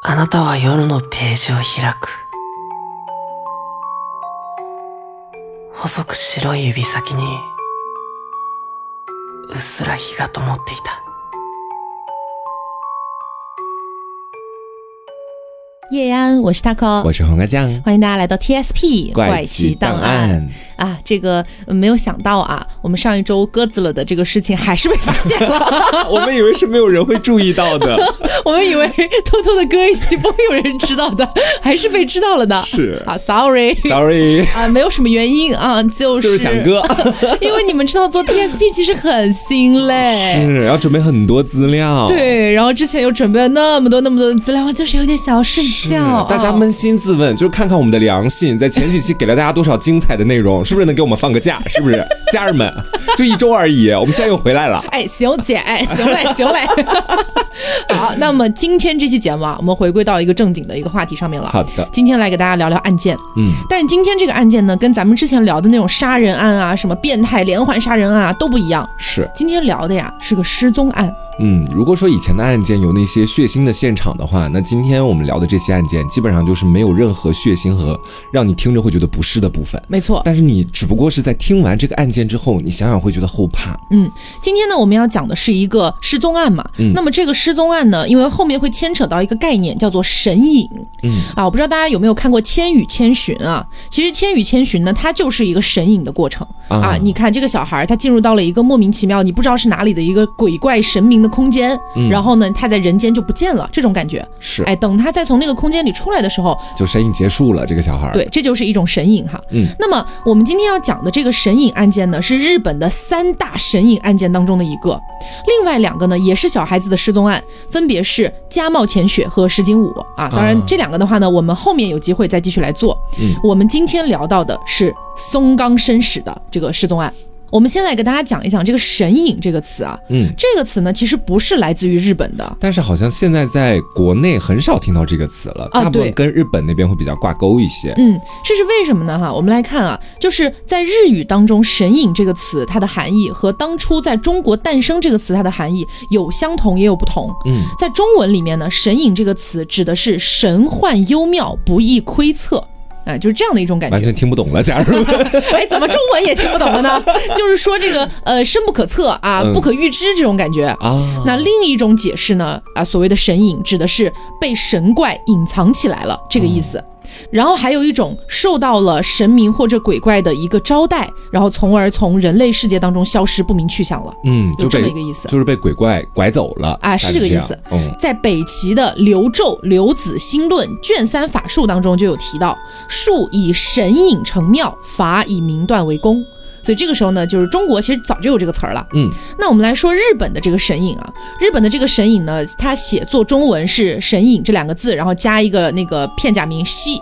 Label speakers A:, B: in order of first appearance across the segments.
A: あなたは夜のページを開く。細く白い指先に、うっすら火が灯っていた。
B: 夜安，我是 Taco，
C: 我是黄瓜酱，
B: 欢迎大家来到 TSP
C: 哦 怪奇档案。
B: 啊！这个、嗯没有想到啊，我们上一周鸽子了的这个事情还是被发现 了，
C: 啊我们以为是没有人会注意到 的，
B: 我们以为偷偷的割一期不会有人知道的， 还是被知道了呢。
C: 是
B: 啊，sorry。
C: ，sorry，
B: 啊，没有什么原因啊，就是
C: 就是想割，
B: 因为你们知道 做 TSP 其实很心累，
C: 是要准备很多资料，
B: 对，然后之前又准备了那么多那么多的资料，就是有点想要睡
C: 是。
B: 觉。
C: 大家
B: 啊
C: 扪心自问，就是看看我们的良心，在前几期给了大家多少精彩的内容， 是不是能给我们放个假？是不是， 家人们？就一周而已，我们现在又回来 了。
B: 哎，行姐，哎，行嘞， 行嘞。好，那么今天这期节目啊，我们回归到一个正经的一个话题上面了。
C: 好的，
B: 今天来给大家聊聊案件，
C: 嗯，
B: 但是今天这个案件呢，跟咱们之前聊的那种杀人案啊、什么变态连环杀人案啊都不一样。
C: 是，
B: 今天聊的呀是个失踪案，
C: 嗯，如果说以前的案件有那些血腥的现场的话，那今天我们聊的这些案件，基本上就是没有任何血腥和让你听着会觉得不适的部分。
B: 没错。
C: 但是你只不过是在听完这个案件之后，你想想会觉得后怕。
B: 今天呢，我们要讲的是一个失踪案嘛。
C: 嗯
B: 那么这个失踪案呢，因为后面会牵扯到一个概念，叫做神隐。嗯啊，我不知道大家有没有看过《千与千寻》啊？其实《千与千寻》呢，它就是一个神隐的过程
C: 啊
B: 啊。你看这个小孩儿，他进入到了一个莫名其妙，你不知道是哪里的一个鬼怪神明的空间，然后呢，他在人间就不见了，这种感觉。
C: 嗯是，
B: 哎，等他再从那个空间里出来的时候，
C: 就神隐结束了，这个小孩儿。
B: 对，这就是一种神隐哈。
C: 嗯，
B: 那么我们今天要讲的这个神隐案件呢，是日本的三大神隐案件当中的一个，另外两个呢也是小孩子的失踪案，分别是加茂浅雪和石井武啊。当然
C: 啊
B: 这两个的话呢，我们后面有机会再继续来做。
C: 嗯，
B: 我们今天聊到的是松冈绅史的这个失踪案。我们先来给大家讲一讲这个“神隐”这个词啊，
C: 嗯，
B: 这个词呢其实不是来自于日本的，
C: 但是好像现在在国内很少听到这个词了，
B: 啊
C: 大部
B: 对
C: 分跟日本那边会比较挂钩一些。
B: 嗯，这是为什么呢？哈，我们来看啊，就是在日语当中“神隐”这个词它的含义和当初在中国诞生这个词它的含义有相同也有不同。
C: 嗯，
B: 在中文里面呢，“神隐”这个词指的是神幻幽妙，不易窥测。哎，就是这样的一种感
C: 完
B: 觉。
C: 全听不懂了，假 如
B: 哎，怎么中文也听不懂了呢？ 就是说这个呃，深不可测啊，
C: 嗯
B: 不可预知这种感觉。
C: 啊，
B: 那另一种解释呢？啊，所谓的神隐指的是被神怪隐藏起来了这个意思。然后还有一种受到了神明或者鬼怪的一个招待，然后从而从人类世界当中消失不明去向了，
C: 嗯，
B: 有
C: 就
B: 这么
C: 被
B: 一个意思。
C: 就是被鬼怪拐走了
B: 啊是
C: 大
B: 这
C: 概
B: 个意
C: 样
B: 思
C: 嗯，
B: 在北齐的《刘咒刘子新论》卷三法术当中就有提到，术以神隐成妙，法以明断为功。所以这个时候呢，就是中国其实早就有这个词儿了。
C: 嗯，
B: 那我们来说日本的这个神隐啊，日本的这个神隐呢，它写作中文是“神隐”这两个字，然后加一个那个片假名“西”，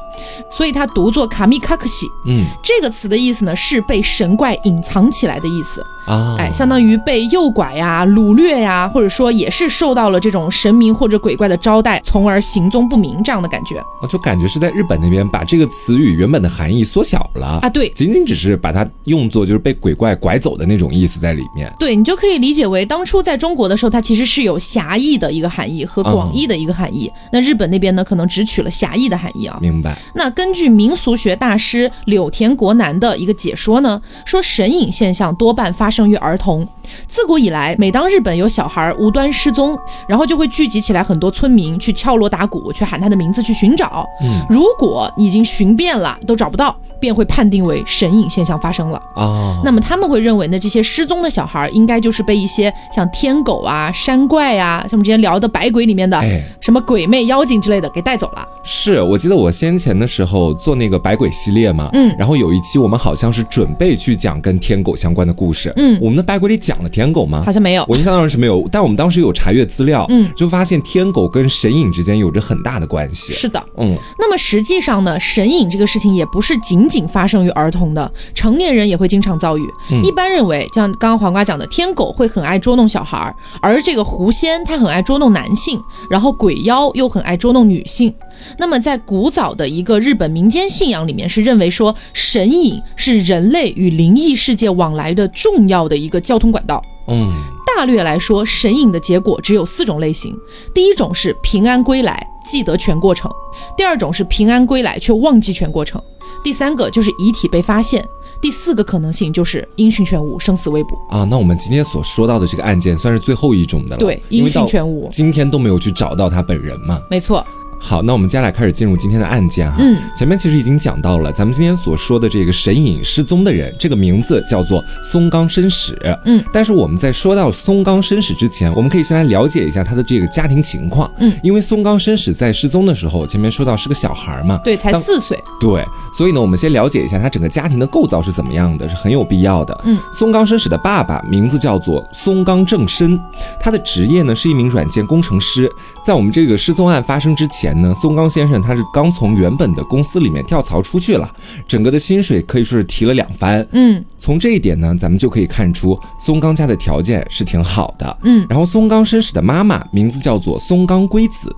B: 所以它读作卡米卡克西。
C: 嗯
B: 这个词的意思呢，是被神怪隐藏起来的意思。
C: 啊，
B: 哎，相当于被诱拐呀、掳掠呀，或者说也是受到了这种神明或者鬼怪的招待，从而行踪不明这样的感觉
C: 啊就感觉是在日本那边把这个词语原本的含义缩小了
B: 啊。，对。
C: 仅仅只是把它用作就是被鬼怪拐走的那种意思在里面。
B: 对你就可以理解为，当初在中国的时候，它其实是有狭义的一个含义和广义的一个含义。那日本那边呢，可能只取了狭义的含义啊。
C: 明白，
B: 那根据民俗学大师柳田国男的一个解说呢，说神隐现象多半发生于儿童。自古以来，每当日本有小孩无端失踪，然后就会聚集起来很多村民去敲锣打鼓，去喊他的名字去寻找。
C: 嗯
B: 如果已经寻遍了都找不到，便会判定为神隐现象发生了。
C: 啊，
B: 那么他们会认为呢，这些失踪的小孩应该就是被一些像天狗啊、山怪啊，像我们之前聊的《百鬼》里面的
C: 哎，
B: 什么鬼魅、妖精之类的给带走了。
C: 是我记得我先前的时候做那个百鬼系列嘛，
B: 嗯
C: 然后有一期我们好像是准备去讲跟天狗相关的故事，
B: 嗯
C: 我们的百鬼里讲了天狗吗
B: 好？像没有。
C: 我印象当中是没有，但我们当时有查阅资料，
B: 嗯，
C: 就发现天狗跟神隐之间有着很大的关系，
B: 是的，
C: 嗯，
B: 那么实际上呢，神隐这个事情也不是仅仅发生于儿童的，成年人也会经常遭遇。一般认为，像刚刚黄瓜讲的，天狗会很爱捉弄小孩儿，而这个狐仙他很爱捉弄男性，然后鬼妖又很爱捉弄女性。那么在古早的一个日本民间信仰里面，是认为说神隐是人类与灵异世界往来的重要的一个交通管道。
C: 嗯，
B: 大略来说，神隐的结果只有四种类型：第一种是平安归来，记得全过程；第二种是平安归来却忘记全过程；第三个就是遗体被发现；第四个可能性就是音讯全无，生死未卜。
C: 啊，那我们今天所说到的这个案件算是最后一种的了，
B: 对
C: 因为
B: 音讯
C: 到
B: 全无
C: 今天都没有去找到他本人嘛。
B: 没错，
C: 好，那我们接下来开始进入今天的案件哈。
B: 嗯，
C: 前面其实已经讲到了，咱们今天所说的这个神隐失踪的人，这个名字叫做松冈伸史。
B: 嗯，
C: 但是我们在说到松冈伸史之前，我们可以先来了解一下他的这个家庭情况。
B: 嗯，
C: 因为松冈伸史在失踪的时候，前面说到是个小孩儿嘛，
B: 对，才
C: 当
B: 四岁，
C: 对，所以呢，我们先了解一下他整个家庭的构造是怎么样的，是很有必要的。
B: 嗯，
C: 松冈伸史的爸爸名字叫做松冈正伸，他的职业呢是一名软件工程师。在我们这个失踪案发生之前呢，松冈先生他是刚从原本的公司里面跳槽出去了，整个的薪水可以说是提了两番。
B: 嗯
C: 从这一点呢，咱们就可以看出松冈家的条件是挺好的。
B: 嗯，
C: 然后松冈绅士的妈妈名字叫做松冈圭子，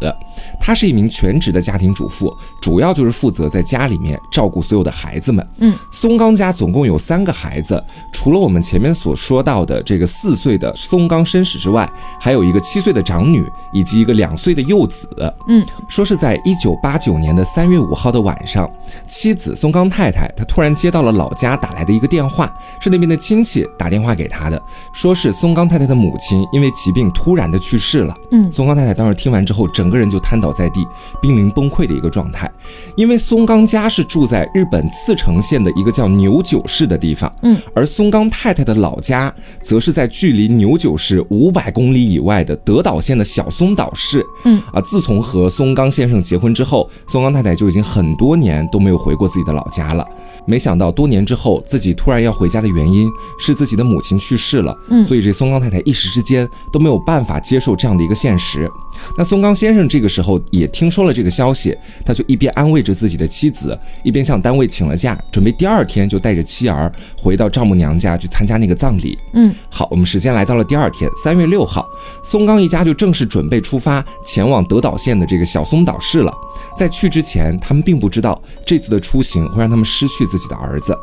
C: 她是一名全职的家庭主妇，主要就是负责在家里面照顾所有的孩子们。
B: 嗯，
C: 松冈家总共有三个孩子，除了我们前面所说到的这个四岁的松冈绅士之外，还有一个七岁的长女以及一个两岁的幼子。
B: 嗯，
C: 说是在一九八九年的三月五号的晚上，妻子松冈太太她突然接到了老家打来的一个电话，是那边的亲戚打电话给她的，说是松冈太太的母亲因为疾病突然的去世了。
B: 嗯
C: 松冈太太当时听完之后，整个人就瘫倒在地，濒临崩溃的一个状态。因为松冈家是住在日本茨城县的一个叫牛久市的地方，
B: 嗯，
C: 而松冈太太的老家则是在距离牛久市五百公里以外的德岛县的小松岛市，
B: 嗯，
C: 啊，自从和松冈先生结婚之后，松冈太太就已经很多年都没有回过自己的老家了。没想到多年之后，自己突然要回家的原因是自己的母亲去世了，
B: 嗯
C: 所以这松冈太太一时之间都没有办法接受这样的一个现实。那松冈先生这个时候也听说了这个消息，他就一边安慰着自己的妻子，一边向单位请了假，准备第二天就带着妻儿回到丈母娘家去参加那个葬礼。
B: 嗯，
C: 好，我们时间来到了第二天，三月六号，松冈一家就正式准备出发前往德岛县的这个小松岛市了。在去之前，他们并不知道这次的出行会让他们失去自己的儿子。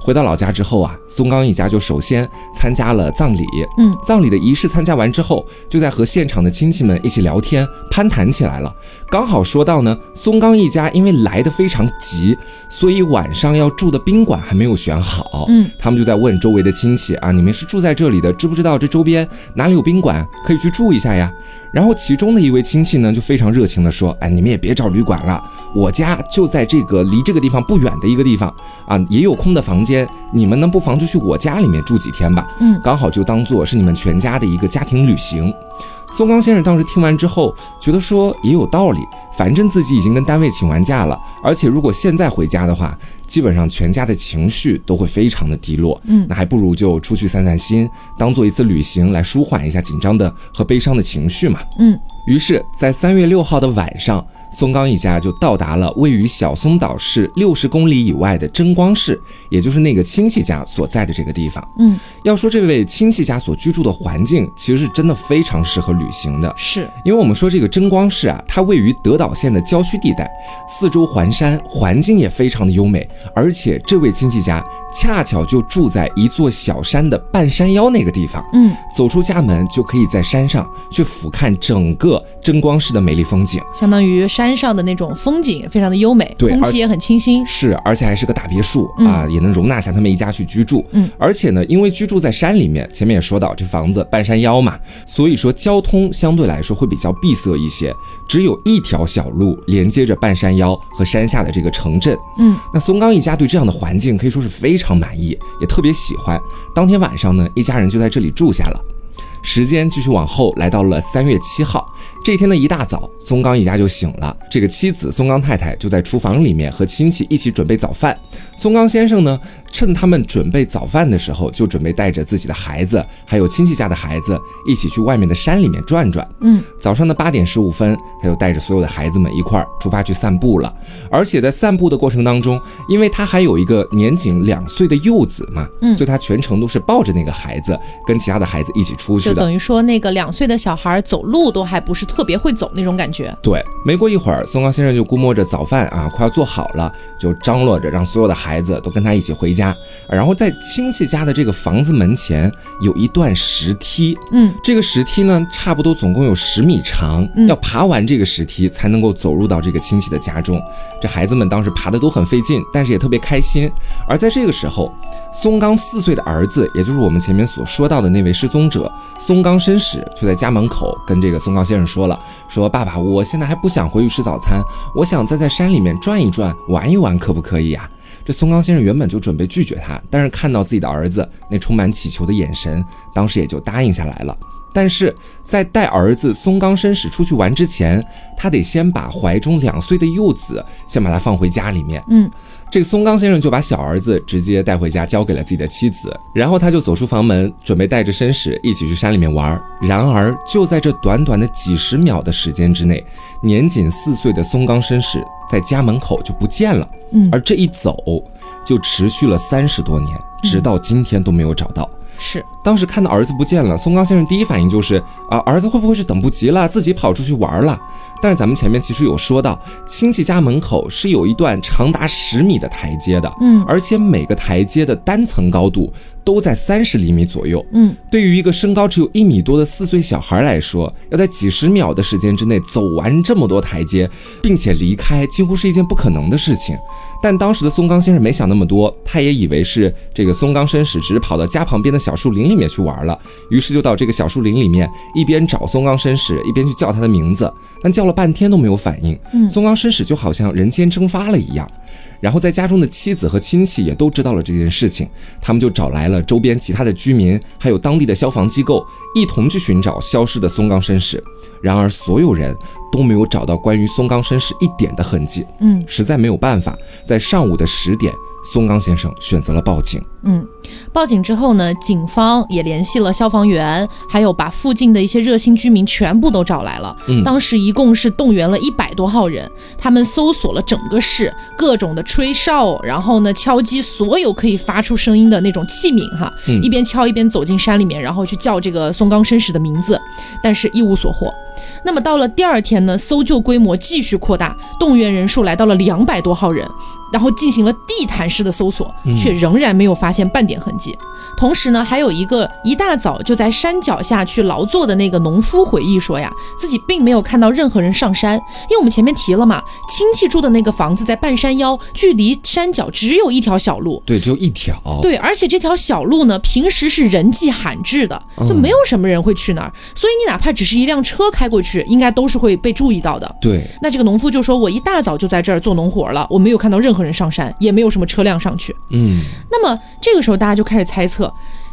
C: 回到老家之后啊，松冈一家就首先参加了葬礼。
B: 嗯，
C: 葬礼的仪式参加完之后，就在和现场的亲戚们一起聊天攀谈起来了。刚好说到呢，松冈一家因为来的非常急，所以晚上要住的宾馆还没有选好。
B: 嗯，
C: 他们就在问周围的亲戚啊，你们是住在这里的，知不知道这周边哪里有宾馆可以去住一下呀？然后其中的一位亲戚呢，就非常热情地说：“哎，你们也别找旅馆了，我家就在这个离这个地方不远的一个地方啊，也有空的房间，你们呢不妨就去我家里面住几天吧。
B: 嗯
C: 刚好就当做是你们全家的一个家庭旅行。”松冈先生当时听完之后，觉得说也有道理，反正自己已经跟单位请完假了，而且如果现在回家的话，基本上全家的情绪都会非常的低落。
B: 嗯
C: 那还不如就出去散散心，当做一次旅行来舒缓一下紧张的和悲伤的情绪嘛。
B: 嗯
C: 于是，在三月六号的晚上，松冈一家就到达了位于小松岛市六十公里以外的真光市，也就是那个亲戚家所在的这个地方。
B: 嗯，
C: 要说这位亲戚家所居住的环境，其实是真的非常适合旅行的。
B: 是，
C: 因为我们说这个真光市啊，它位于德岛县的郊区地带，四周环山，环境也非常的优美。而且这位亲戚家恰巧就住在一座小山的半山腰那个地方，
B: 嗯，
C: 走出家门就可以在山上去俯瞰整个真光市的美丽风景。
B: 相当于山上的那种风景非常的优美，
C: 对
B: 空
C: 而
B: 气也很清新。
C: 是，而且还是个大别墅、啊，也能容纳下他们一家去居住。
B: 嗯，
C: 而且呢，因为居住在山里面，前面也说到这房子半山腰嘛，所以说交通相对来说会比较闭塞一些，只有一条小路连接着半山腰和山下的这个城镇。
B: 嗯，
C: 那松冈一家对这样的环境可以说是非常满意，也特别喜欢。当天晚上呢，一家人就在这里住下了。时间继续往后，来到了三月七号这一天的一大早，松冈一家就醒了。这个妻子松冈太太就在厨房里面和亲戚一起准备早饭。松冈先生呢，趁他们准备早饭的时候，就准备带着自己的孩子，还有亲戚家的孩子，一起去外面的山里面转转。
B: 嗯，
C: 早上的八点十五分，他就带着所有的孩子们一块儿出发去散步了。而且在散步的过程当中，因为他还有一个年仅两岁的幼子嘛，
B: 嗯
C: 所以他全程都是抱着那个孩子，跟其他的孩子一起出去。
B: 就就等于说那个两岁的小孩走路都还不是特别会走那种感觉。
C: 对，没过一会儿，松冈先生就估摸着早饭啊快要做好了，就张罗着让所有的孩子都跟他一起回家。然后在亲戚家的这个房子门前有一段石梯，
B: 嗯，
C: 这个石梯呢差不多总共有十米长，
B: 嗯
C: 要爬完这个石梯才能够走入到这个亲戚的家中。这孩子们当时爬的都很费劲，但是也特别开心。而在这个时候，松冈四岁的儿子，也就是我们前面所说到的那位失踪者松冈绅士，就在家门口跟这个松冈先生说了：“说爸爸，我现在还不想回去吃早餐，我想再在山里面转一转，玩一玩，可不可以啊呀、这松冈先生原本就准备拒绝他，但是看到自己的儿子那充满乞求的眼神，当时也就答应下来了。但是在带儿子松冈绅士出去玩之前，他得先把怀中两岁的幼子先把他放回家里面。
B: 嗯，
C: 这个松冈先生就把小儿子直接带回家，交给了自己的妻子，然后他就走出房门，准备带着绅士一起去山里面玩儿。然而，就在这短短的几十秒的时间之内，年仅四岁的松冈绅士在家门口就不见了。
B: 嗯
C: 而这一走就持续了三十多年，直到今天都没有找到。
B: 是，
C: 当时看到儿子不见了，松冈先生第一反应就是啊，儿子会不会是等不及了，自己跑出去玩了？但是咱们前面其实有说到，亲戚家门口是有一段长达十米的台阶的，
B: 嗯
C: 而且每个台阶的单层高度都在三十厘米左右。
B: 嗯，
C: 对于一个身高只有一米多的四岁小孩来说，要在几十秒的时间之内走完这么多台阶，并且离开，几乎是一件不可能的事情。但当时的松冈先生没想那么多，他也以为是这个松冈绅士只是跑到家旁边的小树林里面去玩了，于是就到这个小树林里面一边找松冈绅士，一边去叫他的名字，但叫了半天都没有反应。松冈绅士就好像人间蒸发了一样。然后在家中的妻子和亲戚也都知道了这件事情，他们就找来了周边其他的居民，还有当地的消防机构，一同去寻找消失的松冈绅士。然而，所有人都没有找到关于松冈绅士一点的痕迹。
B: 嗯
C: 实在没有办法，在上午的十点，松冈先生选择了报警。
B: 嗯。报警之后呢，警方也联系了消防员，还有把附近的一些热心居民全部都找来了。
C: 嗯
B: 当时一共是动员了一百多号人，他们搜索了整个市，各种的吹哨，然后呢敲击所有可以发出声音的那种器皿哈，
C: 嗯
B: 一边敲一边走进山里面，然后去叫这个松冈绅士的名字，但是一无所获。那么到了第二天呢，搜救规模继续扩大，动员人数来到了两百多号人，然后进行了地毯式的搜索，却仍然没有发现半点痕迹。同时呢，还有一个一大早就在山脚下去劳作的那个农夫回忆说呀，自己并没有看到任何人上山，因为我们前面提了嘛，亲戚住的那个房子在半山腰，距离山脚只有一条小路。
C: 对，只有一条。
B: 对，而且这条小路呢，平时是人迹罕至的，就没有什么人会去那儿，所以你哪怕只是一辆车开过去，应该都是会被注意到的。
C: 对
B: 那这个农夫就说：“我一大早就在这儿做农活了，我没有看到任何人上山，也没有什么车辆上去。”
C: 嗯，
B: 那么这个时候大家就开始猜测，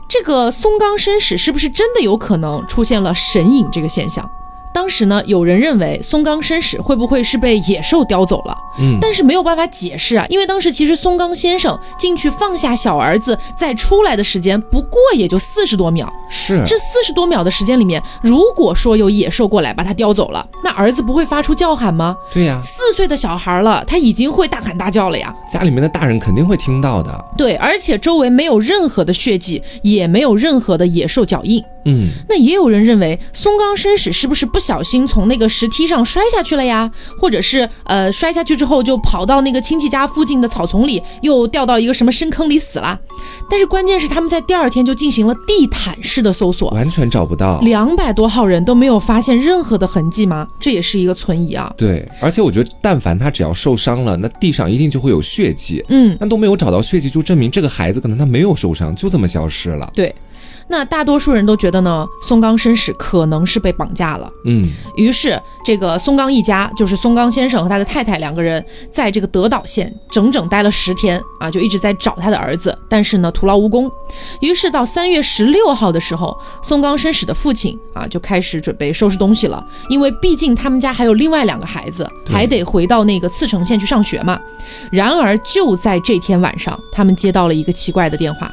B: 这个松冈绅士是不是真的有可能出现了神隐这个现象？当时呢，有人认为松冈绅士会不会是被野兽叼走了？
C: 嗯
B: 但是没有办法解释啊，因为当时其实松冈先生进去放下小儿子，再出来的时间不过也就四十多秒。
C: 是
B: 这四十多秒的时间里面，如果说有野兽过来把他叼走了，那儿子不会发出叫喊吗？
C: 对呀、
B: 四岁的小孩了，他已经会大喊大叫了呀。
C: 家里面的大人肯定会听到的。
B: 对，而且周围没有任何的血迹，也没有任何的野兽脚印。
C: 嗯，
B: 那也有人认为松冈绅士是不是不小心从那个石梯上摔下去了呀？或者是呃摔下去之后就跑到那个亲戚家附近的草丛里，又掉到一个什么深坑里死了？但是关键是他们在第二天就进行了地毯式的搜索，
C: 完全找不到。
B: 两百多号人都没有发现任何的痕迹吗？这也是一个存疑啊。
C: 对，而且我觉得，但凡他只要受伤了，那地上一定就会有血迹。
B: 嗯，
C: 但都没有找到血迹，就证明这个孩子可能他没有受伤，就这么消失了。
B: 对。那大多数人都觉得呢，松冈绅士可能是被绑架了。
C: 嗯，
B: 于是，这个松冈一家，就是松冈先生和他的太太两个人，在这个德岛县整整待了十天啊，就一直在找他的儿子，但是呢，徒劳无功。于是到三月十六号的时候，松冈绅士的父亲啊就开始准备收拾东西了，因为毕竟他们家还有另外两个孩子，
C: 对
B: 还得回到那个茨城县去上学嘛。然而，就在这天晚上，他们接到了一个奇怪的电话。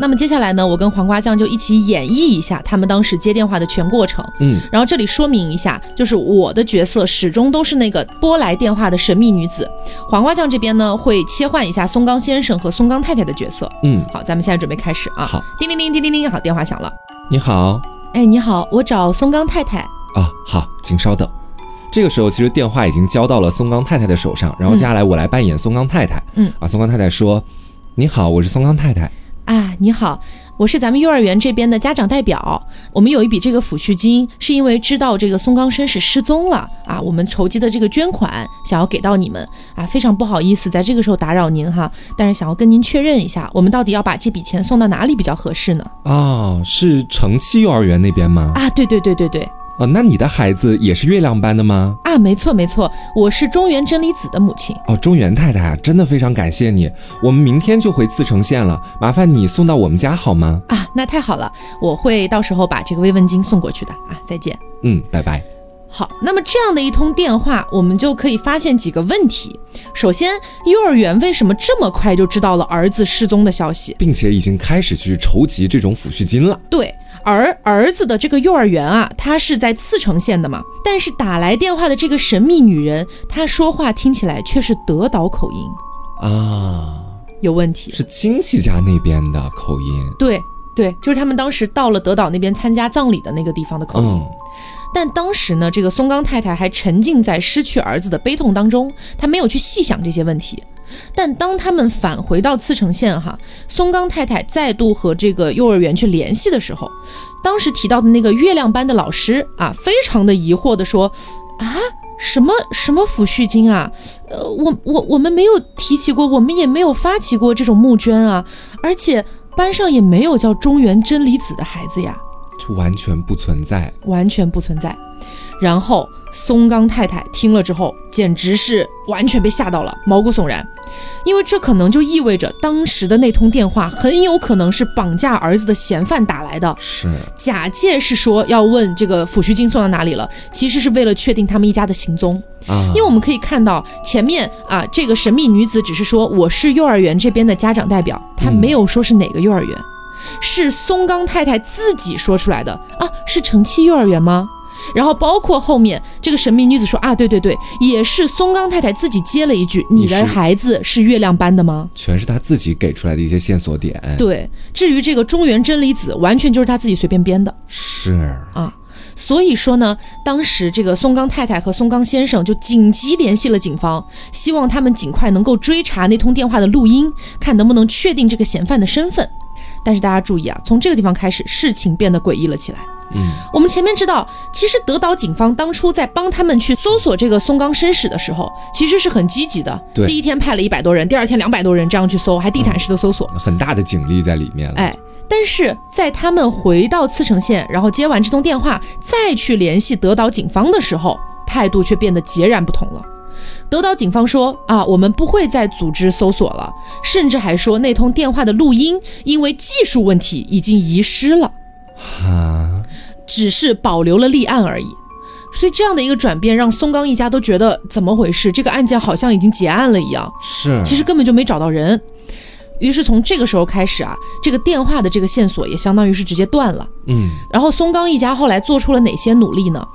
B: 那么接下来呢，我跟黄瓜酱就一起演绎一下他们当时接电话的全过程。
C: 嗯，
B: 然后这里说明一下，就是我的角色始终都是那个拨来电话的神秘女子，黄瓜酱这边呢会切换一下松冈先生和松冈太太的角色。
C: 嗯，
B: 好，咱们现在准备开始啊！
C: 好，
B: 叮铃铃，叮铃铃，好，电话响了。
C: 你好，
B: 哎，你好，我找松冈太太。
C: 啊，好，请稍等。这个时候，其实电话已经交到了松冈太太的手上，然后接下来我来扮演松冈太太。
B: 嗯，
C: 啊，松冈太太说：“你好，我是松冈太太。
B: 啊，你好，我是咱们幼儿园这边的家长代表。我们有一笔这个抚恤金，是因为知道这个松冈绅士失踪了啊，我们筹集的这个捐款想要给到你们啊，非常不好意思在这个时候打扰您哈，但是想要跟您确认一下，我们到底要把这笔钱送到哪里比较合适呢？”
C: 啊，是城七幼儿园那边吗？
B: 啊，对对对对对。
C: 啊，那你的孩子也是月亮班的吗？
B: 啊，没错没错，我是中原真理子的母亲。
C: 哦，中原太太啊，真的非常感谢你，我们明天就回茨城县了，麻烦你送到我们家好吗？
B: 啊，那太好了，我会到时候把这个慰问金送过去的啊。再见。
C: 嗯，拜拜。
B: 好，那么这样的一通电话，我们就可以发现几个问题。首先，幼儿园为什么这么快就知道了儿子失踪的消息？
C: 并且已经开始去筹集这种抚恤金了。
B: 对，而儿子的这个幼儿园啊，他是在茨城县的嘛，但是打来电话的这个神秘女人，她说话听起来却是德岛口音，
C: 啊，
B: 有问题。
C: 是亲戚家那边的口音。
B: 对对，就是他们当时到了德岛那边参加葬礼的那个地方的口音。
C: 嗯，
B: 但当时呢，这个松冈太太还沉浸在失去儿子的悲痛当中，她没有去细想这些问题。但当他们返回到茨城县，哈，松冈太太再度和这个幼儿园去联系的时候，当时提到的那个月亮班的老师啊，非常的疑惑的说：“啊，什么什么抚恤金啊？呃，我我我们没有提起过，我们也没有发起过这种募捐啊，而且班上也没有叫中原真理子的孩子呀。”
C: 就完全不存在。
B: 完全不存在。然后松冈太太听了之后，简直是完全被吓到了，毛骨悚然，因为这可能就意味着当时的那通电话很有可能是绑架儿子的嫌犯打来的，
C: 是，
B: 假借是说要问这个抚恤金送到哪里了，其实是为了确定他们一家的行踪。
C: 啊
B: 因为我们可以看到前面啊，这个神秘女子只是说我是幼儿园这边的家长代表，她没有说是哪个幼儿园，是松冈太太自己说出来的啊，是城七幼儿园吗？然后包括后面这个神秘女子说啊，对对对，也是松冈太太自己接了一句：“你
C: 你
B: 的
C: 是
B: 孩子是月亮班的吗
C: 全是他自己给出来的一些线索点。？”，
B: 对，至于这个中原真理子，完全就是她自己随便编的。
C: 是
B: 啊。所以说呢，当时这个松冈太太和松冈先生就紧急联系了警方，希望他们尽快能够追查那通电话的录音，看能不能确定这个嫌犯的身份。但是大家注意啊，从这个地方开始，事情变得诡异了起来。
C: 嗯，
B: 我们前面知道，其实德岛警方当初在帮他们去搜索这个松冈绅士的时候，其实是很积极的。
C: 对
B: 第一天派了一百多人，第二天两百多人这样去搜，还地毯式的搜索。
C: 很大的警力在里面了。
B: 哎，但是在他们回到茨城县，然后接完这通电话，再去联系德岛警方的时候，态度却变得截然不同了。德岛警方说：“啊，我们不会再组织搜索了，甚至还说那通电话的录音因为技术问题已经遗失了，
C: 啊，
B: 只是保留了立案而已。”所以这样的一个转变，让松冈一家都觉得怎么回事？这个案件好像已经结案了一样。
C: 是，
B: 其实根本就没找到人。于是从这个时候开始啊，这个电话的这个线索也相当于是直接断了。
C: 嗯，
B: 然后松冈一家后来做出了哪些努力呢？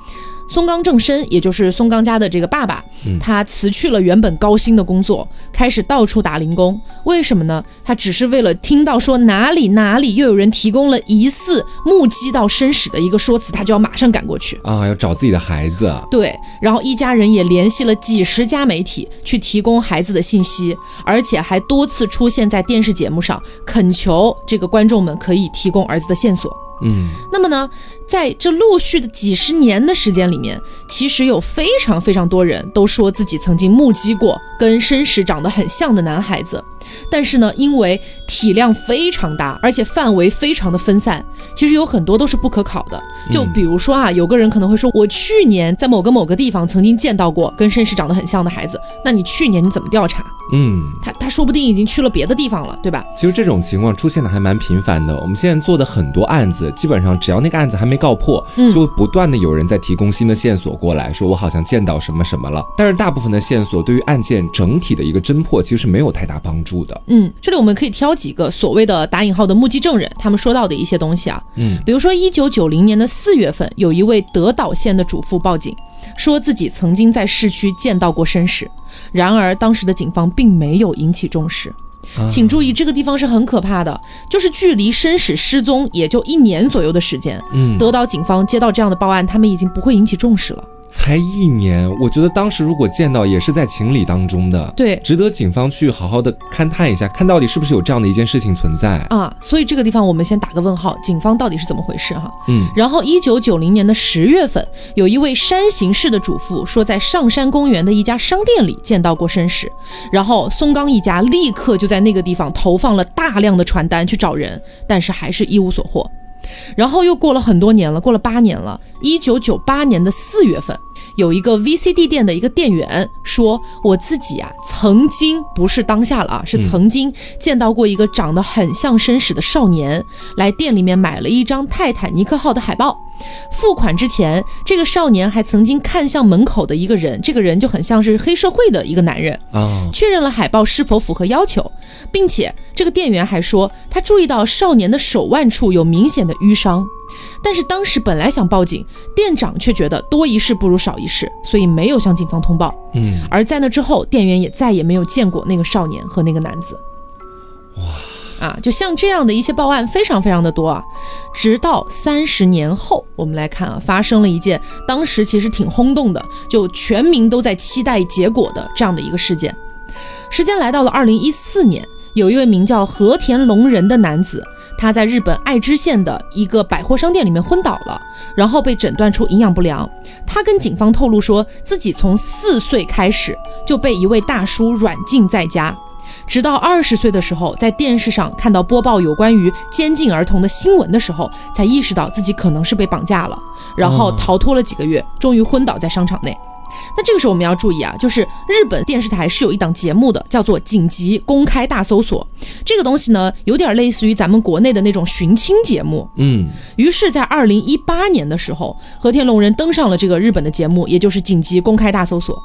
B: 松冈正身，也就是松冈家的这个爸爸，他辞去了原本高薪的工作，开始到处打零工。为什么呢？他只是为了听到说哪里哪里又有人提供了疑似目击到生死的一个说辞，他就要马上赶过去。
C: 啊，要找自己的孩子。
B: 对，然后一家人也联系了几十家媒体去提供孩子的信息，而且还多次出现在电视节目上，恳求这个观众们可以提供儿子的线索。
C: 嗯，
B: 那么呢，在这陆续的几十年的时间里面，其实有非常非常多人都说自己曾经目击过跟绅士长得很像的男孩子，但是呢，因为体量非常大，而且范围非常的分散，其实有很多都是不可考的。就比如说啊，有个人可能会说，我去年在某个某个地方曾经见到过跟绅士长得很像的孩子，那你去年你怎么调查？
C: 嗯，
B: 他他说不定已经去了别的地方了，对吧？
C: 其实这种情况出现的还蛮频繁的。我们现在做的很多案子，基本上只要那个案子还没告破，
B: 嗯
C: 就会不断的有人在提供新的线索过来，说我好像见到什么什么了。但是大部分的线索对于案件整体的一个侦破其实是没有太大帮助的。
B: 嗯，这里我们可以挑几个所谓的打引号的目击证人，他们说到的一些东西啊，
C: 嗯，
B: 比如说一九九零年的四月份，有一位德岛县的主妇报警，说自己曾经在市区见到过绅士，然而当时的警方并没有引起重视。
C: 啊
B: 请注意，这个地方是很可怕的，就是距离绅士失踪也就一年左右的时间。
C: 嗯，
B: 德岛警方接到这样的报案，他们已经不会引起重视了。
C: 才一年，我觉得当时如果见到，也是在情理当中的。
B: 对
C: 值得警方去好好的勘探一下，看到底是不是有这样的一件事情存在。
B: 啊，所以这个地方我们先打个问号，警方到底是怎么回事哈？
C: 嗯，
B: 然后，一九九零年的十月份，有一位山形市的主妇说，在上山公园的一家商店里见到过绅士，然后松冈一家立刻就在那个地方投放了大量的传单去找人，但是还是一无所获。然后又过了很多年了，过了八年了，一九九八年的四月份，有一个 VCD 店的一个店员说，我自己啊曾经不是当下了啊，是曾经见到过一个长得很像绅士的少年，来店里面买了一张泰坦尼克号的海报。付款之前，这个少年还曾经看向门口的一个人，这个人就很像是黑社会的一个男人。
C: 啊，
B: 确认了海报是否符合要求，并且这个店员还说他注意到少年的手腕处有明显的淤伤，但是当时本来想报警，店长却觉得多一事不如少一事，所以没有向警方通报。
C: 嗯，
B: 而在那之后，店员也再也没有见过那个少年和那个男子。哇！啊，就像这样的一些报案非常非常的多啊，直到三十年后，我们来看啊，发生了一件当时其实挺轰动的，就全民都在期待结果的这样的一个事件。时间来到了二零一四年，有一位名叫和田龙人的男子，他在日本爱知县的一个百货商店里面昏倒了，然后被诊断出营养不良。他跟警方透露说，自己从四岁开始就被一位大叔软禁在家。直到二十岁的时候，在电视上看到播报有关于监禁儿童的新闻的时候，才意识到自己可能是被绑架了，然后
C: 哦
B: 逃脱了几个月，终于昏倒在商场内。那这个时候我们要注意啊，就是日本电视台是有一档节目的，叫做《紧急公开大搜索》。这个东西呢，有点类似于咱们国内的那种寻亲节目。
C: 嗯，
B: 于是，在二零一八年的时候，和田龙人登上了这个日本的节目，也就是紧急公开大搜索。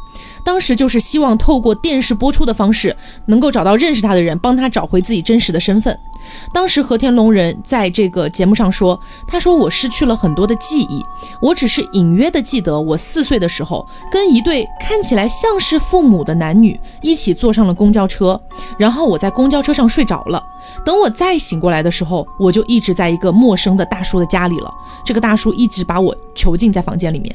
B: 当时就是希望透过电视播出的方式，能够找到认识他的人，帮他找回自己真实的身份。当时和田龙人在这个节目上说：“他说我失去了很多的记忆，我只是隐约的记得我四岁的时候，跟一对看起来像是父母的男女一起坐上了公交车，然后我在公交车上睡着了。等我再醒过来的时候，我就一直在一个陌生的大叔的家里了。这个大叔一直把我囚禁在房间里面。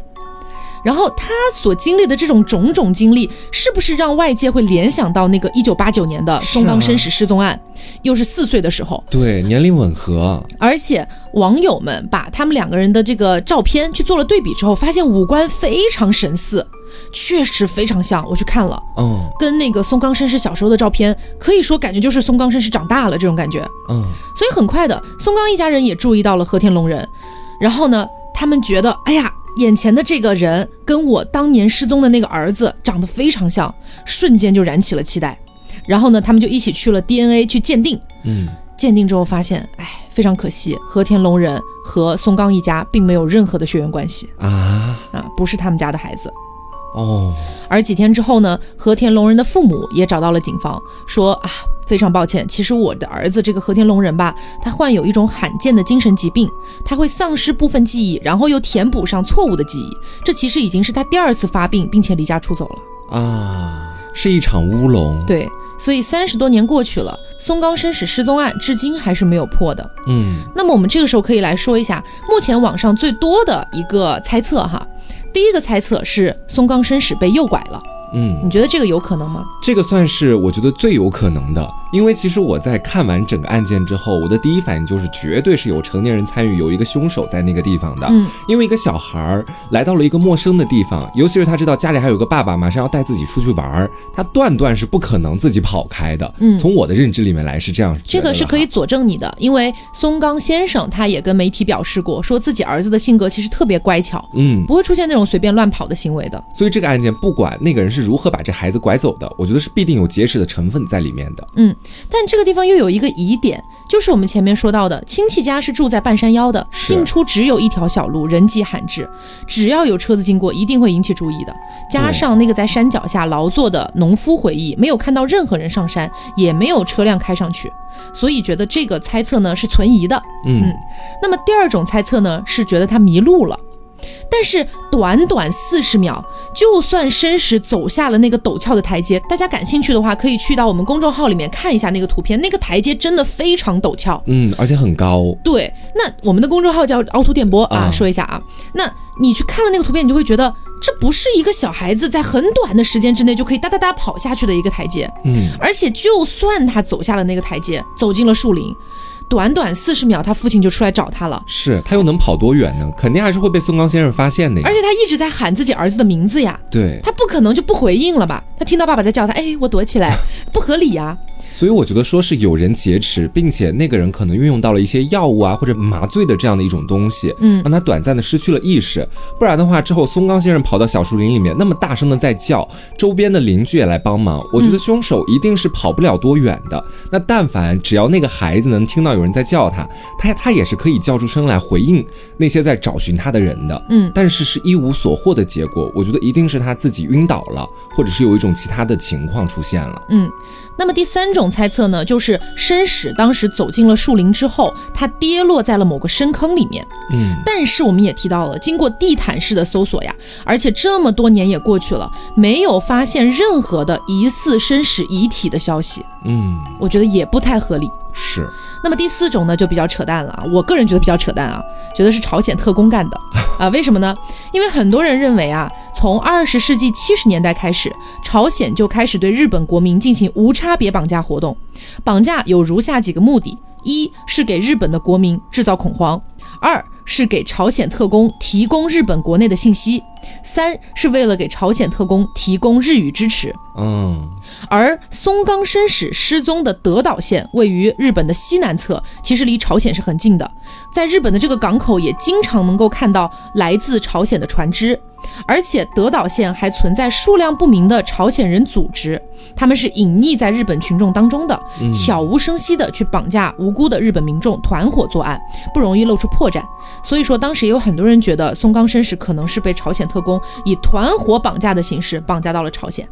B: 然后他所经历的这种种种经历，是不是让外界会联想到那个一九八九年的松冈绅士失踪案？又是四岁的时候，
C: 对，年龄吻合，
B: 而且网友们把他们两个人的这个照片去做了对比之后，发现五官非常神似，确实非常像。我去看了，
C: 嗯
B: 跟那个松冈绅士小时候的照片，可以说感觉就是松冈绅士长大了这种感觉。
C: 嗯，
B: 所以很快的，松冈一家人也注意到了和田龙人，然后呢，他们觉得，哎呀，眼前的这个人跟我当年失踪的那个儿子长得非常像，瞬间就燃起了期待。然后呢，他们就一起去了 DNA 去鉴定，
C: 嗯，
B: 鉴定之后发现，哎，非常可惜，和田龙人和松冈一家并没有任何的血缘关系
C: 啊，
B: 啊，不是他们家的孩子。
C: 哦，
B: 而几天之后呢，和田龙人的父母也找到了警方，说啊，非常抱歉，其实我的儿子这个和田龙人吧，他患有一种罕见的精神疾病，他会丧失部分记忆，然后又填补上错误的记忆，这其实已经是他第二次发病，并且离家出走了。
C: 啊，是一场乌龙，，
B: 对，所以三十多年过去了，松冈绅士失踪案至今还是没有破的。
C: 嗯
B: 那么我们这个时候可以来说一下，目前网上最多的一个猜测哈，第一个猜测是松冈绅士被诱拐了，
C: 嗯，
B: 你觉得这个有可能吗？
C: 这个算是我觉得最有可能的，因为其实我在看完整个案件之后，我的第一反应就是绝对是有成年人参与，有一个凶手在那个地方的。
B: 嗯，
C: 因为一个小孩儿来到了一个陌生的地方，尤其是他知道家里还有个爸爸，马上要带自己出去玩儿，他断断是不可能自己跑开的。
B: 嗯
C: 从我的认知里面来是这样觉
B: 这
C: 得的哈。
B: 个是可以佐证你的，因为松冈先生他也跟媒体表示过，说自己儿子的性格其实特别乖巧，
C: 嗯，
B: 不会出现那种随便乱跑的行为的。
C: 所以这个案件不管那个人是如何把这孩子拐走的，我觉得是必定有劫持的成分在里面的。
B: 但这个地方又有一个疑点，就是我们前面说到的，亲戚家是住在半山腰的，
C: 是
B: 进出只有一条小路，人迹罕至，只要有车子经过，一定会引起注意的。加上那个在山脚下劳作的农夫回忆，没有看到任何人上山，也没有车辆开上去，所以觉得这个猜测呢是存疑的。
C: 嗯
B: 那么第二种猜测呢，是觉得他迷路了。但是短短四十秒，就算申时走下了那个陡峭的台阶，大家感兴趣的话，可以去到我们公众号里面看一下那个图片，那个台阶真的非常陡峭。
C: 嗯，而且很高，
B: 对，那我们的公众号叫凹凸电波啊，
C: 啊
B: 说一下啊。那你去看了那个图片，你就会觉得这不是一个小孩子在很短的时间之内就可以哒哒哒跑下去的一个台阶。
C: 嗯，
B: 而且就算他走下了那个台阶，走进了树林，短短四十秒，他父亲就出来找他了。
C: 是他又能跑多远呢？肯定还是会被宋刚先生发现的呀
B: 而。且他一直在喊自己儿子的名字呀，
C: 对，
B: 他不可能就不回应了吧？他听到爸爸在叫他，哎，我躲起来，不合理啊呀、
C: 所以我觉得说是有人劫持，并且那个人可能运用到了一些药物啊或者麻醉的这样的一种东西，
B: 嗯
C: 让他短暂的失去了意识。不然的话，之后松冈先生跑到小树林里面，那么大声的在叫，周边的邻居也来帮忙。我觉得凶手一定是跑不了多远的。
B: 嗯
C: 那但凡只要那个孩子能听到有人在叫他，他他也是可以叫出声来回应那些在找寻他的人的。
B: 嗯
C: 但是是一无所获的结果，我觉得一定是他自己晕倒了，或者是有一种其他的情况出现了。
B: 嗯，那么第三种猜测呢，就是申使当时走进了树林之后，他跌落在了某个深坑里面。
C: 嗯。
B: 但是我们也提到了，经过地毯式的搜索呀，而且这么多年也过去了，没有发现任何的疑似申使遗体的消息，
C: 嗯
B: 我觉得也不太合理。
C: 是，
B: 那么第四种呢，就比较扯淡了啊！我个人觉得比较扯淡啊，觉得是朝鲜特工干的啊？为什么呢？因为很多人认为啊，从二十世纪七十年代开始，朝鲜就开始对日本国民进行无差别绑架活动。绑架有如下几个目的：一是给日本的国民制造恐慌；二是给朝鲜特工提供日本国内的信息；三是为了给朝鲜特工提供日语支持。
C: 嗯，
B: 而松冈绅史失踪的德岛县位于日本的西南侧，其实离朝鲜是很近的。在日本的这个港口也经常能够看到来自朝鲜的船只，而且德岛县还存在数量不明的朝鲜人组织，他们是隐匿在日本群众当中的，悄无声息的去绑架无辜的日本民众，团伙作案，不容易露出破绽。所以说，当时也有很多人觉得松冈绅史可能是被朝鲜特工以团伙绑架的形式绑架到了朝鲜。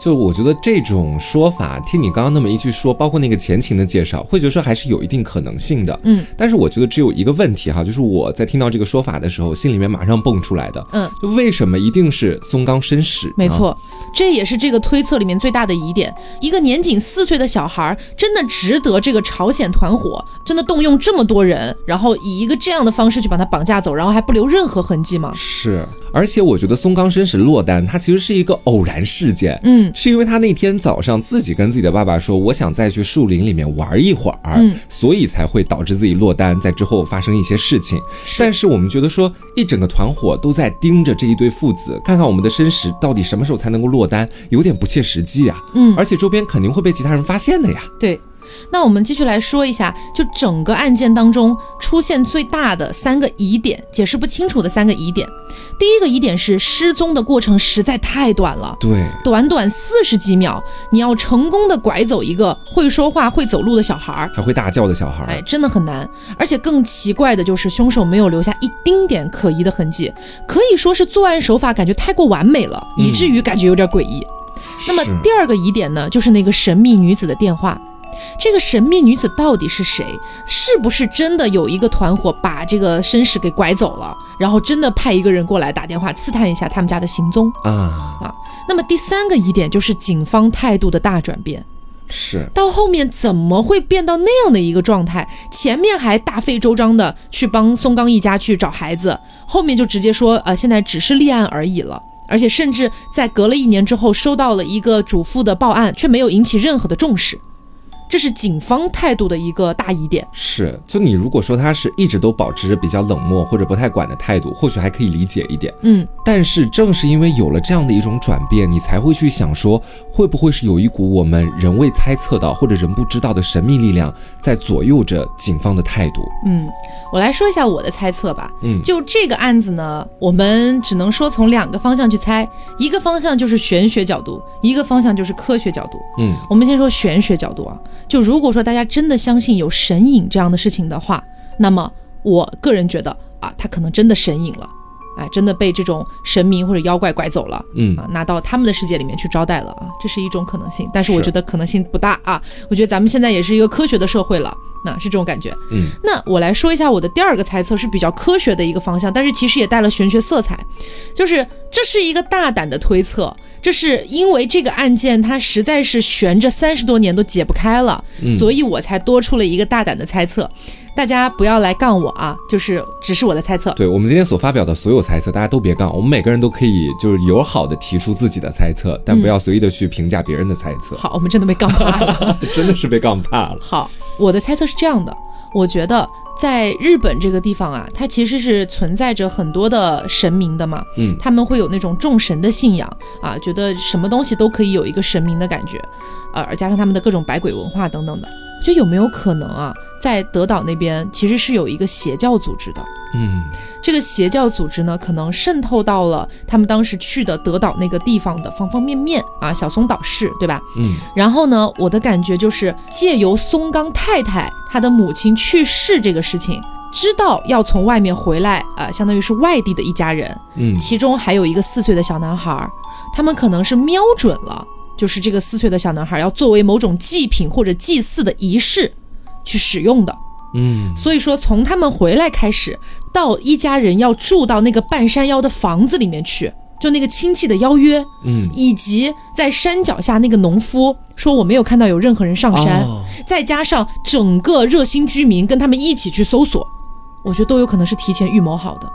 C: 就我觉得这种说法，听你刚刚那么一句说，包括那个前情的介绍，会觉得说还是有一定可能性的。
B: 嗯，
C: 但是我觉得只有一个问题哈，就是我在听到这个说法的时候，心里面马上蹦出来的，
B: 嗯，
C: 就为什么一定是松冈绅士？
B: 没
C: 啊，
B: 错，这也是这个推测里面最大的疑点。一个年仅四岁的小孩儿，真的值得这个朝鲜团伙真的动用这么多人，然后以一个这样的方式去把他绑架走，然后还不留任何痕迹吗？
C: 是，而且我觉得松冈绅士落单，他其实是一个偶然事件。
B: 嗯，
C: 是因为他那天早上自己跟自己的爸爸说，我想再去树林里面玩一会儿，
B: 嗯
C: 所以才会导致自己落单，在之后发生一些事情。但是我们觉得说，一整个团伙都在盯着这一对父子，看看我们的身世到底什么时候才能够落单，有点不切实际啊。
B: 嗯
C: 而且周边肯定会被其他人发现的呀。
B: 对。那我们继续来说一下，就整个案件当中出现最大的三个疑点，解释不清楚的三个疑点。第一个疑点是失踪的过程实在太短了，
C: 对，
B: 短短四十几秒，你要成功的拐走一个会说话、会走路的小孩儿，
C: 还会大叫的小孩儿，
B: 哎，真的很难。而且更奇怪的就是，凶手没有留下一丁点可疑的痕迹，可以说是作案手法感觉太过完美了，以至于感觉有点诡异。那么
C: 是
B: 第二个疑点呢，就是那个神秘女子的电话。这个神秘女子到底是谁？是不是真的有一个团伙把这个绅士给拐走了，然后真的派一个人过来打电话刺探一下他们家的行踪？
C: 啊，
B: 那么第三个疑点就是警方态度的大转变。
C: 是
B: 到后面怎么会变到那样的一个状态？前面还大费周章的去帮松冈一家去找孩子，后面就直接说，呃，现在只是立案而已了。而且甚至在隔了一年之后，收到了一个主妇的报案，却没有引起任何的重视，这是警方态度的一个大疑点。
C: 是。就你如果说他是一直都保持着比较冷漠或者不太管的态度，或许还可以理解一点。
B: 嗯，
C: 但是正是因为有了这样的一种转变，你才会去想说，会不会是有一股我们仍未猜测到或者仍不知道的神秘力量在左右着警方的态度？
B: 嗯，我来说一下我的猜测吧。
C: 嗯
B: 就这个案子呢，我们只能说从两个方向去猜，一个方向就是玄学角度，一个方向就是科学角度。
C: 嗯，
B: 我们先说玄学角度啊，就如果说大家真的相信有神隐这样的事情的话，那么我个人觉得啊，他可能真的神隐了，哎，真的被这种神明或者妖怪拐走了。
C: 嗯
B: 啊，拿到他们的世界里面去招待了啊，这是一种可能性，但是我
C: 是
B: 觉得可能性不大啊。我觉得咱们现在也是一个科学的社会了，那、是这种感觉。
C: 嗯，
B: 那我来说一下我的第二个猜测是比较科学的一个方向，但是其实也带了玄学色彩，就是这是一个大胆的推测，这是因为这个案件它实在是悬着三十多年都解不开了，所以我才多出了一个大胆的猜测。大家不要来杠我啊，就是只是我的猜测。
C: 对我们今天所发表的所有猜测，大家都别杠，我们每个人都可以就是友好的提出自己的猜测，但不
B: 嗯
C: 要随意的去评价别人的猜测，
B: 好，我们真的被杠趴了。
C: 真的是被杠怕了。
B: 好，我的猜测是这样的，我觉得在日本这个地方啊，它其实是存在着很多的神明的嘛，
C: 嗯
B: 他们会有那种众神的信仰啊，觉得什么东西都可以有一个神明的感觉，呃，而加上他们的各种百鬼文化等等的，我觉得有没有可能啊，在德岛那边其实是有一个邪教组织的，
C: 嗯，
B: 这个邪教组织呢，可能渗透到了他们当时去的德岛那个地方的方方面面啊，小松岛市，对吧？
C: 嗯。
B: 然后呢，我的感觉就是借由松冈太太她的母亲去世这个事情，知道要从外面回来啊、呃相当于是外地的一家人，
C: 嗯
B: 其中还有一个四岁的小男孩儿，他们可能是瞄准了，就是这个四岁的小男孩儿要作为某种祭品或者祭祀的仪式去使用的。
C: 嗯
B: 所以说，从他们回来开始，到一家人要住到那个半山腰的房子里面去，就那个亲戚的邀约，
C: 嗯，
B: 以及在山脚下那个农夫说我没有看到有任何人上山，
C: 哦
B: 再加上整个热心居民跟他们一起去搜索，我觉得都有可能是提前预谋好的，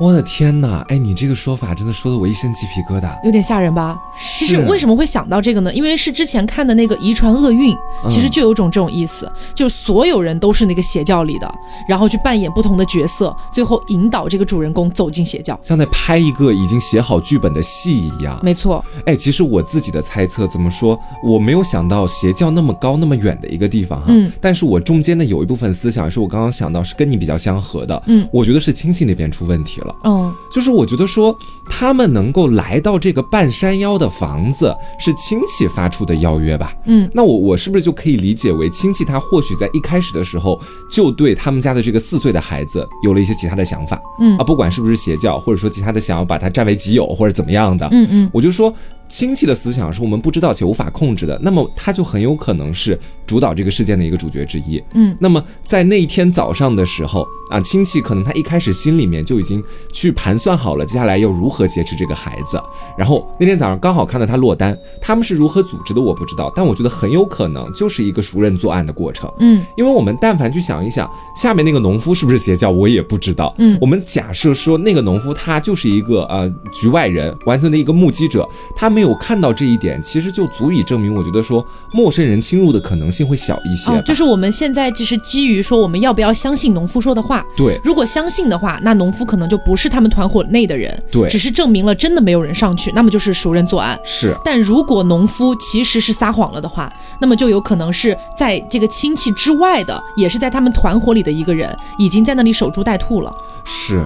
C: 我的天呐，哎，你这个说法真的说的我一身鸡皮疙瘩。
B: 有点吓人吧？其实为
C: 么？
B: 什么会想到这个呢？因为是之前看的那个《遗传厄运》，
C: 嗯
B: 其实就有种这种意思，就所有人都是那个邪教里的，然后去扮演不同的角色，最后引导这个主人公走进邪教。
C: 像在拍一个已经写好剧本的戏一样。
B: 没错，
C: 哎，其实我自己的猜测，怎么说？我没有想到邪教那么高那么远的一个地方哈。
B: 嗯。
C: 但是我中间的有一部分思想是我刚刚想到是跟你比较相合的。
B: 嗯。
C: 我觉得是亲戚那边出问题了。
B: 嗯，
C: 就是我觉得说他们能够来到这个半山腰的房子，是亲戚发出的邀约吧？
B: 嗯，
C: 那我我是不是就可以理解为亲戚他或许在一开始的时候就对他们家的这个四岁的孩子有了一些其他的想法？
B: 嗯
C: 啊，不管是不是邪教，或者说其他的想要把他占为己有或者怎么样的，
B: 嗯嗯，
C: 我就说。亲戚的思想是我们不知道且无法控制的，那么他就很有可能是主导这个事件的一个主角之一。
B: 嗯，
C: 那么在那一天早上的时候啊，亲戚可能他一开始心里面就已经啊去盘算好了接下来要如何劫持这个孩子，然后那天早上刚好看到他落单，他们是如何组织的我不知道，但我觉得很有可能就是一个熟人作案的过程。
B: 嗯，
C: 因为我们但凡去想一想，下面那个农夫是不是邪教，我也不知道。
B: 嗯
C: 我们假设说那个农夫他就是一个呃局外人，完全的一个目击者，他没有看到这一点，其实就足以证明，我觉得说陌生人侵入的可能性会小一些吧。
B: 哦，就是我们现在就是基于说我们要不要相信农夫说的话。
C: 对
B: 如果相信的话，那农夫可能就不是他们团伙内的人，
C: 对
B: 只是证明了真的没有人上去，那么就是熟人作案。
C: 是。
B: 但如果农夫其实是撒谎了的话，那么就有可能是在这个亲戚之外的，也是在他们团伙里的一个人，已经在那里守株待兔了。
C: 是，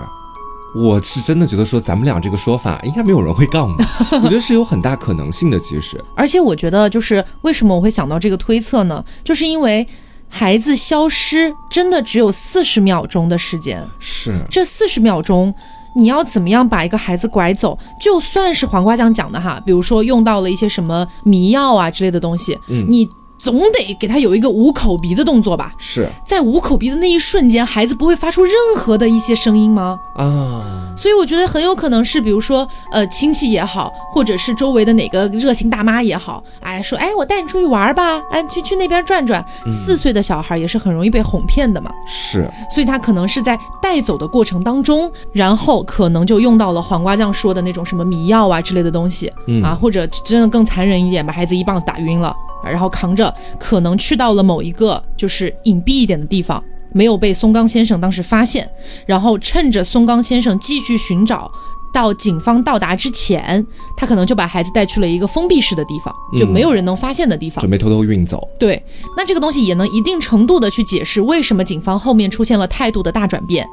C: 我是真的觉得说咱们俩这个说法应该没有人会 杠吧？我觉得是有很大可能性的。其实，
B: 而且我觉得，就是为什么我会想到这个推测呢？就是因为孩子消失真的只有四十秒钟的时间，
C: 是
B: 这四十秒钟。你要怎么样把一个孩子拐走？就算是黄瓜酱讲的哈，比如说用到了一些什么迷药啊之类的东西，
C: 嗯
B: 你总得给他有一个捂口鼻的动作吧？
C: 是
B: 在捂口鼻的那一瞬间，孩子不会发出任何的一些声音吗？
C: 啊，
B: 所以我觉得很有可能是，比如说，呃，亲戚也好，或者是周围的哪个热心大妈也好，哎，说，哎，我带你出去玩儿吧，哎，去去那边转转。四岁的小孩也是很容易被哄骗的嘛，
C: 是
B: 所以他可能是在带走的过程当中，然后可能就用到了黄瓜酱说的那种什么迷药啊之类的东西、
C: 嗯
B: 啊，或者真的更残忍一点，把孩子一棒子打晕了，然后扛着可能去到了某一个就是隐蔽一点的地方。没有被松冈先生当时发现，然后趁着松冈先生继续寻找，到警方到达之前，他可能就把孩子带去了一个封闭式的地方，就
C: 嗯
B: 没有人能发现的地方。
C: 准备偷偷运走。
B: 对，那这个东西也能一定程度的去解释为什么警方后面出现了态度的大转变，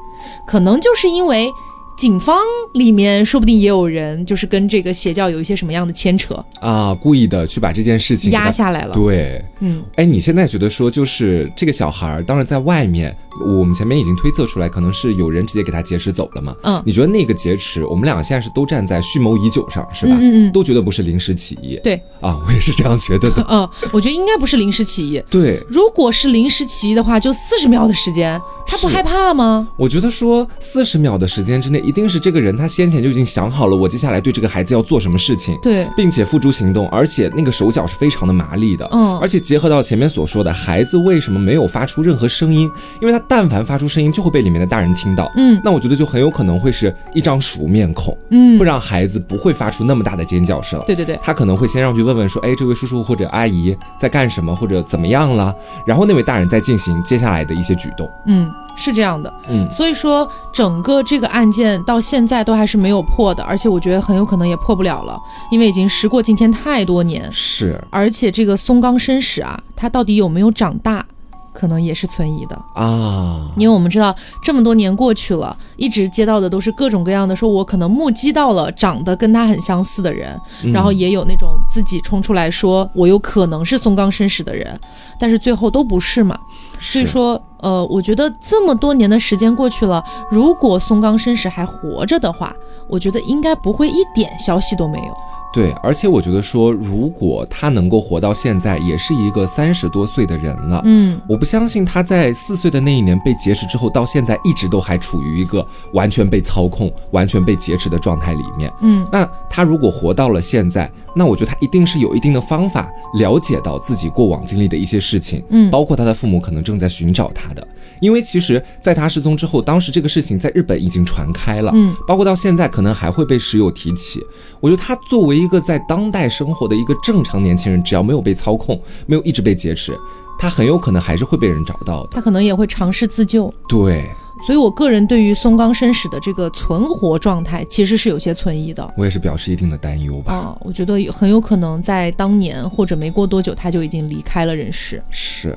B: 可能就是因为警方里面说不定也有人就是跟这个邪教有一些什么样的牵 扯，
C: 啊，故意的去把这件事情给
B: 压
C: 它
B: 下来了。
C: 对，
B: 嗯，
C: 哎，你现在觉得说，就是这个小孩儿，当然在外面我们前面已经推测出来，可能是有人直接给他劫持走了嘛。
B: 嗯
C: 你觉得那个劫持，我们俩现在是都站在蓄谋已久上，是吧？
B: 嗯嗯嗯
C: 都觉得不是临时起意。
B: 对，
C: 啊，我也是这样 觉得的。
B: 嗯，我觉得应该不是临时起意。
C: 对，
B: 如果是临时起意的话，就四十秒的时间，他不
C: 是
B: 害怕吗？
C: 我觉得说四十秒的时间之内，一定是这个人他先前就已经想好了，我接下来对这个孩子要做什么事情，
B: 对
C: 并且付诸行动，而且那个手脚是非常的麻利的，
B: 嗯
C: 而且结合到前面所说的，孩子为什么没有发出任何声音？因为他但凡发出声音，就会被里面的大人听到，
B: 嗯，
C: 那我觉得就很有可能会是一张熟面孔，
B: 嗯
C: 会让孩子不会发出那么大的尖叫声，
B: 对对对，
C: 他可能会先上去问问说，哎，这位叔叔或者阿姨在干什么，或者怎么样了？然后那位大人再进行接下来的一些举动。
B: 嗯，是这样的。
C: 嗯
B: 所以说，整个这个案件到现在都还是没有破的，而且我觉得很有可能也破不了了，因为已经时过境迁太多年。
C: 是
B: 而且这个松冈绅史啊，他到底有没有长大，可能也是存疑的。
C: 啊，
B: 因为我们知道这么多年过去了，一直接到的都是各种各样的，说我可能目击到了长得跟他很相似的人，
C: 嗯
B: 然后也有那种自己冲出来说我有可能是松冈绅史的人，但是最后都不是嘛。所以
C: 是
B: 说，呃，我觉得这么多年的时间过去了，如果松冈绅史还活着的话，我觉得应该不会一点消息都没有。
C: 对，而且我觉得说，如果他能够活到现在，也是一个三十多岁的人了。
B: 嗯，
C: 我不相信他在四岁的那一年被劫持之后，到现在一直都还处于一个完全被操控、完全被劫持的状态里面。
B: 嗯，
C: 那他如果活到了现在，那我觉得他一定是有一定的方法了解到自己过往经历的一些事情，
B: 嗯
C: 包括他的父母可能正在寻找他的。因为其实，在他失踪之后，当时这个事情在日本已经传开了，
B: 嗯，
C: 包括到现在可能还会被时有提起。我觉得他作为一个在当代生活的一个正常年轻人，只要没有被操控，没有一直被劫持，他很有可能还是会被人找到的。
B: 他可能也会尝试自救。
C: 对
B: 所以，我个人对于松冈绅史的这个存活状态其实是有些存疑的。
C: 我也是表示一定的担忧吧。
B: 啊、我觉得有很有可能在当年或者没过多久，他就已经离开了人世。
C: 是，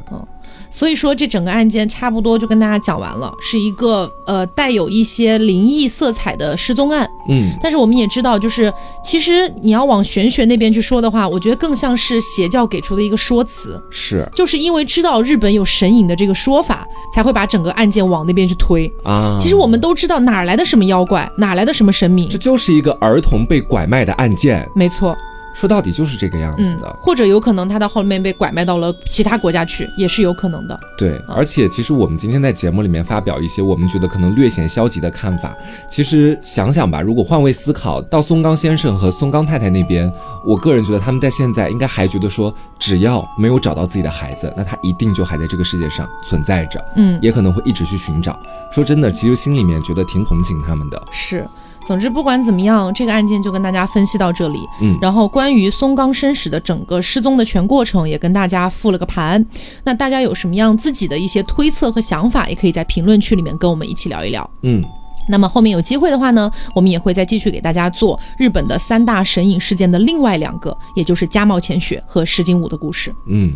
B: 所以说，这整个案件差不多就跟大家讲完了，是一个呃带有一些灵异色彩的失踪案。
C: 嗯，
B: 但是我们也知道，就是其实你要往玄学那边去说的话，我觉得更像是邪教给出的一个说辞，
C: 是
B: 就是因为知道日本有神隐的这个说法，才会把整个案件往那边去推。
C: 啊。
B: 其实我们都知道哪儿来的什么妖怪，哪儿来的什么神明
C: 这，就是一个儿童被拐卖的案件，
B: 没错，
C: 说到底就是这个样子
B: 嗯
C: 的。，
B: 或者有可能他到后面被拐卖到了其他国家去，也是有可能的。
C: 对，而且其实我们今天在节目里面发表一些我们觉得可能略显消极的看法，其实想想吧，如果换位思考，到松冈先生和松冈太太那边，我个人觉得他们在现在应该还觉得说，只要没有找到自己的孩子，那他一定就还在这个世界上存在着，
B: 嗯，
C: 也可能会一直去寻找。说真的，其实心里面觉得挺同情他们的。
B: 是，总之不管怎么样，这个案件就跟大家分析到这里。
C: 嗯
B: 然后关于松冈绅史的整个失踪的全过程，也跟大家复了个盘。那大家有什么样自己的一些推测和想法，也可以在评论区里面跟我们一起聊一聊。
C: 嗯，
B: 那么后面有机会的话呢，我们也会再继续给大家做日本的三大神隐事件的另外两个，也就是加茂浅雪和石井武的故事。
C: 嗯，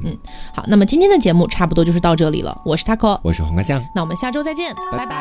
B: 好，那么今天的节目差不多就是到这里了，我是 taco，
C: 我是黄瓜酱，
B: 那我们下周再见，拜拜
C: 拜